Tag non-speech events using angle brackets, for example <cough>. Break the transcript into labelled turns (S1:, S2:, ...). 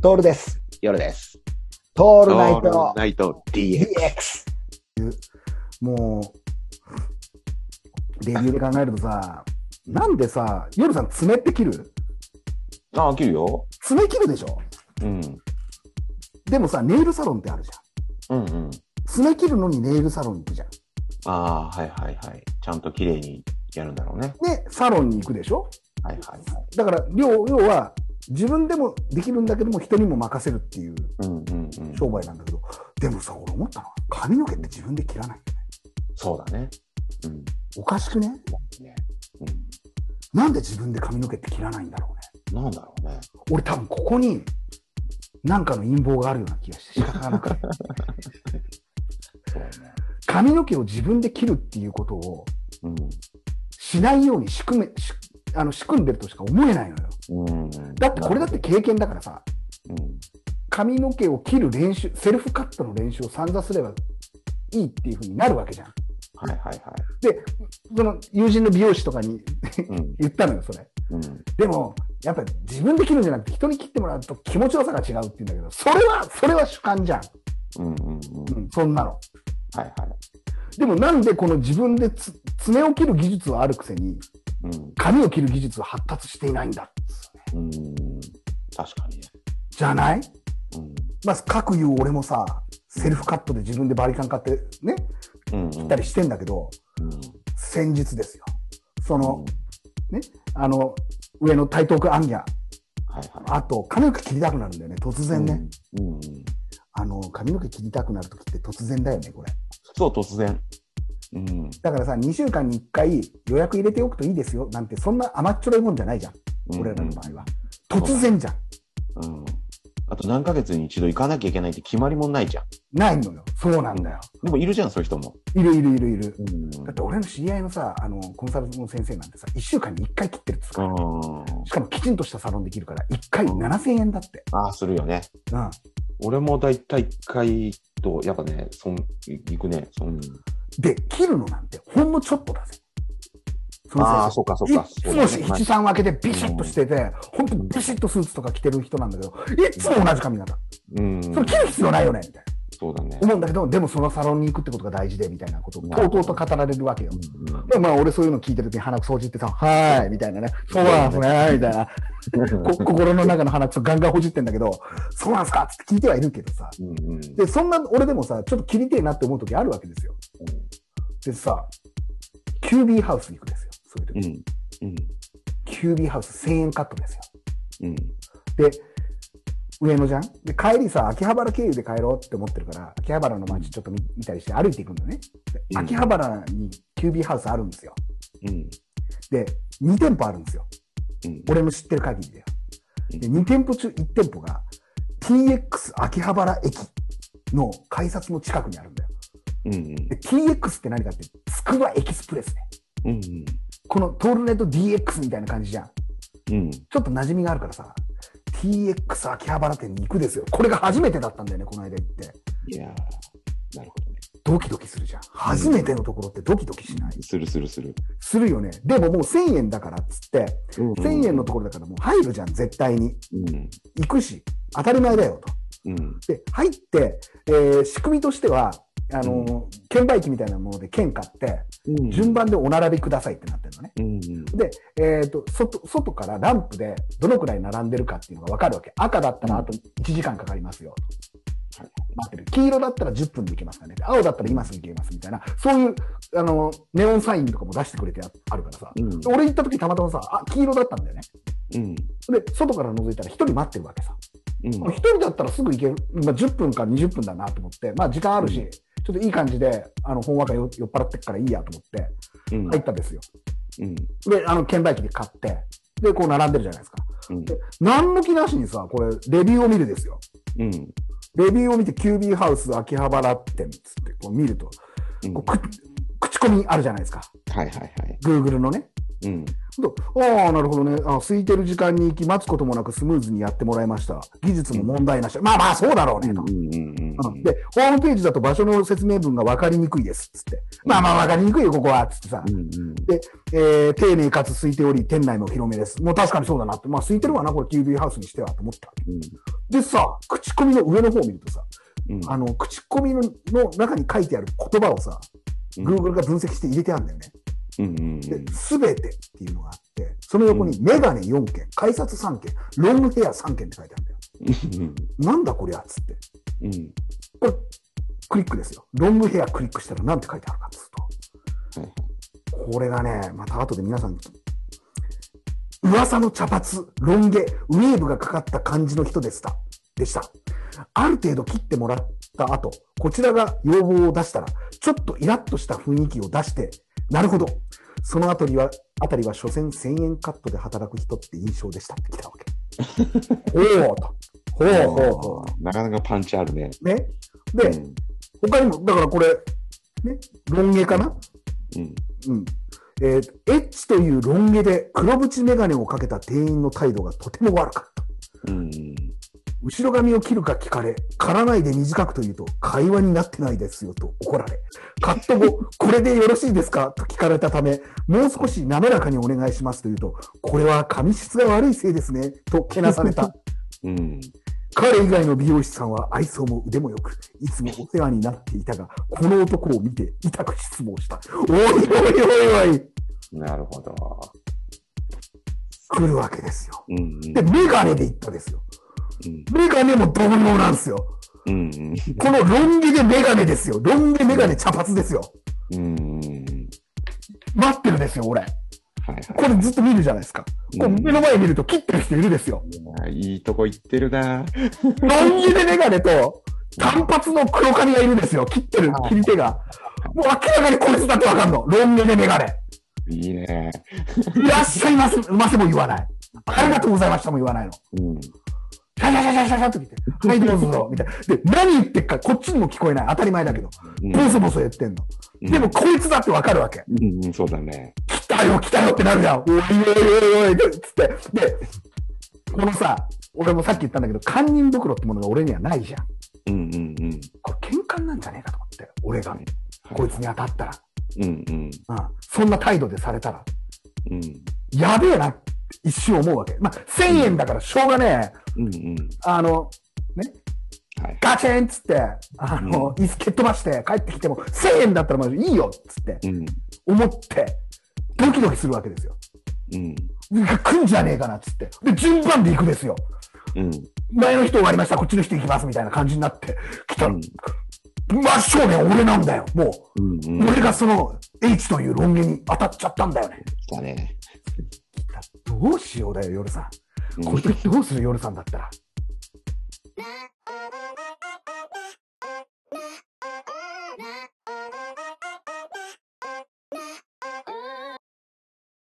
S1: トールです。
S2: 夜です。
S1: ト
S2: オ
S1: ールナイト
S2: ナイト DX。
S1: DX。もう、レビューで考えるとさ、なんでさ、夜さん爪って切る
S2: あ、飽きるよ。
S1: 爪切るでしょ
S2: うん。
S1: でもさ、ネイルサロンってあるじゃん。
S2: うんうん。
S1: 爪切るのにネイルサロン行くじゃん。
S2: ああ、はいはいはい。ちゃんと綺麗にやるんだろうね。
S1: で、サロンに行くでしょ
S2: はいはいはい。
S1: だから、要要は、自分でもできるんだけども、人にも任せるっていう
S2: うんうんうん。
S1: 商売なんだけど、でもさ、俺思ったのは、髪の毛って自分で切らない。
S2: そうだね。うん。
S1: おかしくね
S2: ね
S1: なんで自分で髪の毛って切らないんだろうね。
S2: うん。なんだろうね。
S1: 俺多分ここに何かの陰謀があるような気がして仕方がな
S2: <laughs>
S1: くて
S2: そうだね。
S1: 髪の毛を自分で切るっていうことを
S2: う
S1: しないように仕組めしあの仕組んでるとしか思えないのよ
S2: ん。うん。
S1: だってこれだって経験だからさ
S2: うん。
S1: 髪の毛を切る練習セルフカットの練習を散々すればいいっていうふうになるわけじゃん
S2: はいはいは
S1: その友人の美容師とかに <laughs>
S2: い。うん。
S1: 言ったのよそれ
S2: うん。
S1: でもやっぱり自分で切るんじゃなくて人に切ってもらうと気持ちよさが違うって言うんだけどそれはそれは主観じゃん、
S2: うんうんうん。
S1: うん、そんなの
S2: はいはい。
S1: でもなんでこの自分でつ爪を切る技術はあるくせに
S2: うん。
S1: 髪を切る技術は発達していないんだ
S2: うん。確かにね。
S1: じゃない
S2: うん。
S1: まあ、かくいう俺もさセルフカットで自分でバリカン買ってね
S2: うん、うん。
S1: 切ったりしてんだけど
S2: うん。
S1: 先日ですよそ
S2: こ
S1: の、あの上の台東区アンギャ
S2: はいは
S1: あと髪の毛切りたくなるんだよね突
S2: い。
S1: 然ね、。
S2: うん。うん。
S1: あの髪の毛切りたくなる時って突然だよねこれ
S2: そう、突然。うん。
S1: だからさ2週間に1回予約入れておくといいですよなんてそんな甘っちょろいもんじゃないじゃん俺らの場合は、突然じゃん
S2: うん。うん。あと何ヶ月に一度行かなきゃいけないって決まりもないじゃん。
S1: ないのよ。そうなんだよ。
S2: でもいるじゃん、そういう人も。
S1: いるいるいるいる。
S2: うん。
S1: だって俺の知り合いのさ、あの、コンサルの先生なんてさ、1週間に1回切ってるっつう
S2: う
S1: から。
S2: ん。
S1: しかもきちんとしたサロンできるから、1回7000円だって。
S2: ああ、するよね。
S1: うん。
S2: 俺も大体一回と、やっぱね、そん、行くね。そん
S1: で、切るのなんてほんのちょっとだぜ。そ
S2: ああ、
S1: の
S2: そうか、そう
S1: 先
S2: か。
S1: 生。いつもし
S2: そうだね
S1: 1、3分けてビシッとしてて、ほんとビシッとスーツとか着てる人なんだけど、いつも同じ髪型。
S2: うん。
S1: それ切る必要ないよね、みたいな。
S2: そうだね。
S1: 思うんだけど、でもそのサロンに行くってことが大事で、みたいなことをとうとうと語られるわけよ。
S2: う
S1: でまあ、俺そういうの聞いてるときに鼻くそほじってさ、はーい、みたいなね。そうなんですね、みたいな。
S2: ん。
S1: こ心の中の鼻くそガンガンほじってんだけど、そうなんすかって聞いてはいるけどさ。
S2: うんうん。
S1: で、そんな俺でもさ、ちょっと切りてえなって思う時あるわけですよ。でさ、キュービーハウスに行くんですよ。そういう
S2: う
S1: 時。
S2: ん。うん。
S1: キュービーハウス1000円カットです
S2: うん。
S1: よ。で、上野じゃんで、帰りさ、秋葉原経由で帰ろうって思ってるから、秋葉原の街ちょっと見見たりして歩いていくんだよね。で
S2: うん
S1: 秋葉原にキュービーハウスあるんですよ。
S2: うん。
S1: で、2店舗あるんですよ。
S2: うん。
S1: 俺の知ってる限りだよ。で、2店舗中1店舗が TX 秋葉原駅の改札の近くにあるんだよ。
S2: うん。うん。
S1: で、TX って何かって、つくばエキスプレスね。
S2: うん。
S1: このトールネット DX みたいな感じじゃん。ち
S2: うん。
S1: ょっと馴染みがあるからさ、TX 秋葉原店に行くですよ。これが初めてだったんだよね、この間行って。
S2: いやーなるほどね。
S1: ドキドキするじゃん。初めてのところってドキドキしない。
S2: するするする。
S1: するよね。でももう1000円だからっつって、
S2: 1000
S1: 1000円のところだからもう入るじゃん、絶対に。
S2: うん。
S1: 行くし、当たり前だよと。
S2: うん。
S1: で、入って、えー仕組みとしては、あのー券売機みたいなもので券買って、
S2: うん
S1: 順。番でお並びくださいってなってるのね。
S2: うん。うん。
S1: で、えっ、と、外、外からランプでどのくらい並んでるかっていうのがわかるわけ。赤だったらあと1時間かかりますよ。と
S2: はい
S1: 待ってる。黄色だったら10分で行けますかね。青だったら今すぐ行けますみたいな。そういう、あの、ネオンサインとかも出してくれてああるからさ。
S2: うん
S1: で。俺行った時たまたまさ、あ、黄色だったんだよね。
S2: うん。
S1: で、外から覗いたら1人待ってるわけさ。
S2: うん。
S1: 一人だったらすぐ行ける、まあ、10分か20分だなと思って、まあ、時間あるし、
S2: うん
S1: ちょっといい感じで、あの、ほんわか酔酔っ払ってっからいいやと思って、
S2: うん。
S1: 入ったんですよ。
S2: うん。
S1: で、あの、券売機で買って、で、こう並んでるじゃないですか。
S2: うん。
S1: 何の気なしにさ、これ、レビューを見るですよ。
S2: うん。
S1: レビューを見て、キュービーハウス秋葉原店つって、こう見ると、
S2: うん
S1: こうく口コミあるじゃないですか。
S2: はいはいはい。
S1: Google のね。
S2: うん。
S1: ちょっと、ああ、なるほどね。あの空いてる時間に行き、待つこともなくスムーズにやってもらいました。技術も問題なし。まあまあ、そうだろうね。と
S2: うんうんう
S1: うんんで、ホームページだと場所の説明文が分かりにくいです。つって。まあまあ、分かりにくいよ、ここは。つってさ。
S2: うん
S1: で、えー丁寧かつ空いており、店内も広めです。もう確かにそうだなって。まあ、空いてるわな、これ TV ハウスにしては、と思った。
S2: うん
S1: でさ、口コミの上の方を見るとさ、
S2: うん
S1: あの、口コミのの中に書いてある言葉をさ、
S2: うん
S1: Google が分析して入れてあるんだよね。
S2: うんうんうん
S1: で、すべてっていうのがあって、その横にメガネ4件、改札3件、ロングヘア3件って書いてあるんだよ。
S2: うん
S1: なんだこりゃっつって。
S2: うん
S1: これ、クリックですよ。ロングヘアクリックしたらなんて書いてあるかっつうと。
S2: はい
S1: これがね、また後で皆さん、噂の茶髪、ロン毛、ウェーブがかかった感じの人でした。でした。ある程度切ってもらった後、こちらが要望を出したら、ちょっとイラッとした雰囲気を出して、なるほど。そのあたりは、あたりは所詮1000円カットで働く人って印象でしたって来たわけ。ほうと。ほうほうほ
S2: なかなかパンチあるね。
S1: う。ね。で、
S2: うん
S1: 他にも、だからこれ、ね、ロン毛かな
S2: うん
S1: うん。えーエッチというロン毛で黒縁メガネをかけた店員の態度がとても悪かった。
S2: うん
S1: 後ろ髪を切るか聞かれ、刈らないで短くと言うと、会話になってないですよと怒られ、カット <laughs> 後、これでよろしいですかと聞かれたため、もう少し滑らかにお願いしますと言うと、これは髪質が悪いせいですね、とけなされた。
S2: うん
S1: 彼以外の美容師さんは愛想も腕もよく、いつもお世話になっていたが、この男を見て痛く失望した。おいおいおいおい、
S2: なるほど。
S1: 来るわけですよ。
S2: うんうん
S1: で、メガネで行ったですよ。
S2: うん
S1: メガネも同様なんですよ。
S2: うんうん
S1: このロン毛でメガネですよ。ロン毛メガネ茶髪ですよ。
S2: うんうん
S1: 待ってるですよ、俺。
S2: はいはい
S1: これずっと見るじゃないですか。これ
S2: うん
S1: 目の前に見ると切ってる人いるですよ。
S2: あいいとこ行ってるな。
S1: ロン毛でメガネと、単発の黒髪がいるんですよ。切ってる切り手が。もう明らかにこいつだってわかんの。ロン毛でメガネ。
S2: いいね。
S1: いらっしゃいます、ませも言わない。ありがとうございましたも言わないの。
S2: うん
S1: シャシャシャシャシャシャって来て、はい、どうぞ、みたいな。で、何言ってっか、こっちにも聞こえない。当たり前だけど。
S2: うん
S1: ボソボソ言ってんの。
S2: うん
S1: でも、こいつだってわかるわけ。
S2: うんうん、そうだね。
S1: 来たよ、来たよってなるじゃん。おいおいおいおい、つって。で、このさ、俺もさっき言ったんだけど、堪忍袋ってものが俺にはないじゃん。
S2: うんうんうん。
S1: これ、喧嘩なんじゃねえかと思って。俺が
S2: はい、
S1: こいつに当たったら。
S2: うんうん
S1: うん。そんな態度でされたら。
S2: うん
S1: やべえなって一瞬思うわけ。まあ、1000円だからしょうがねえ。
S2: うんうん。
S1: あの、ね、
S2: はい。
S1: ガチェンっつって、あの、椅子蹴っ飛ばして帰ってきても、1000円だったらまあいいよっつって
S2: うん
S1: 思って、ドキドキするわけですよ。
S2: うん
S1: 来んじゃねえかなっつって。で、順番で行くですよ。
S2: うん
S1: 前の人終わりました、こっちの人行きますみたいな感じになって、来たら、
S2: うん
S1: 真正面俺なんだよ、も
S2: う
S1: う。
S2: んうん。
S1: 俺がその H という論言に当たっちゃったんだよね。
S2: だね。
S1: どうしようだよ、夜さん。
S2: うん
S1: こういう時どうする夜さんだったら。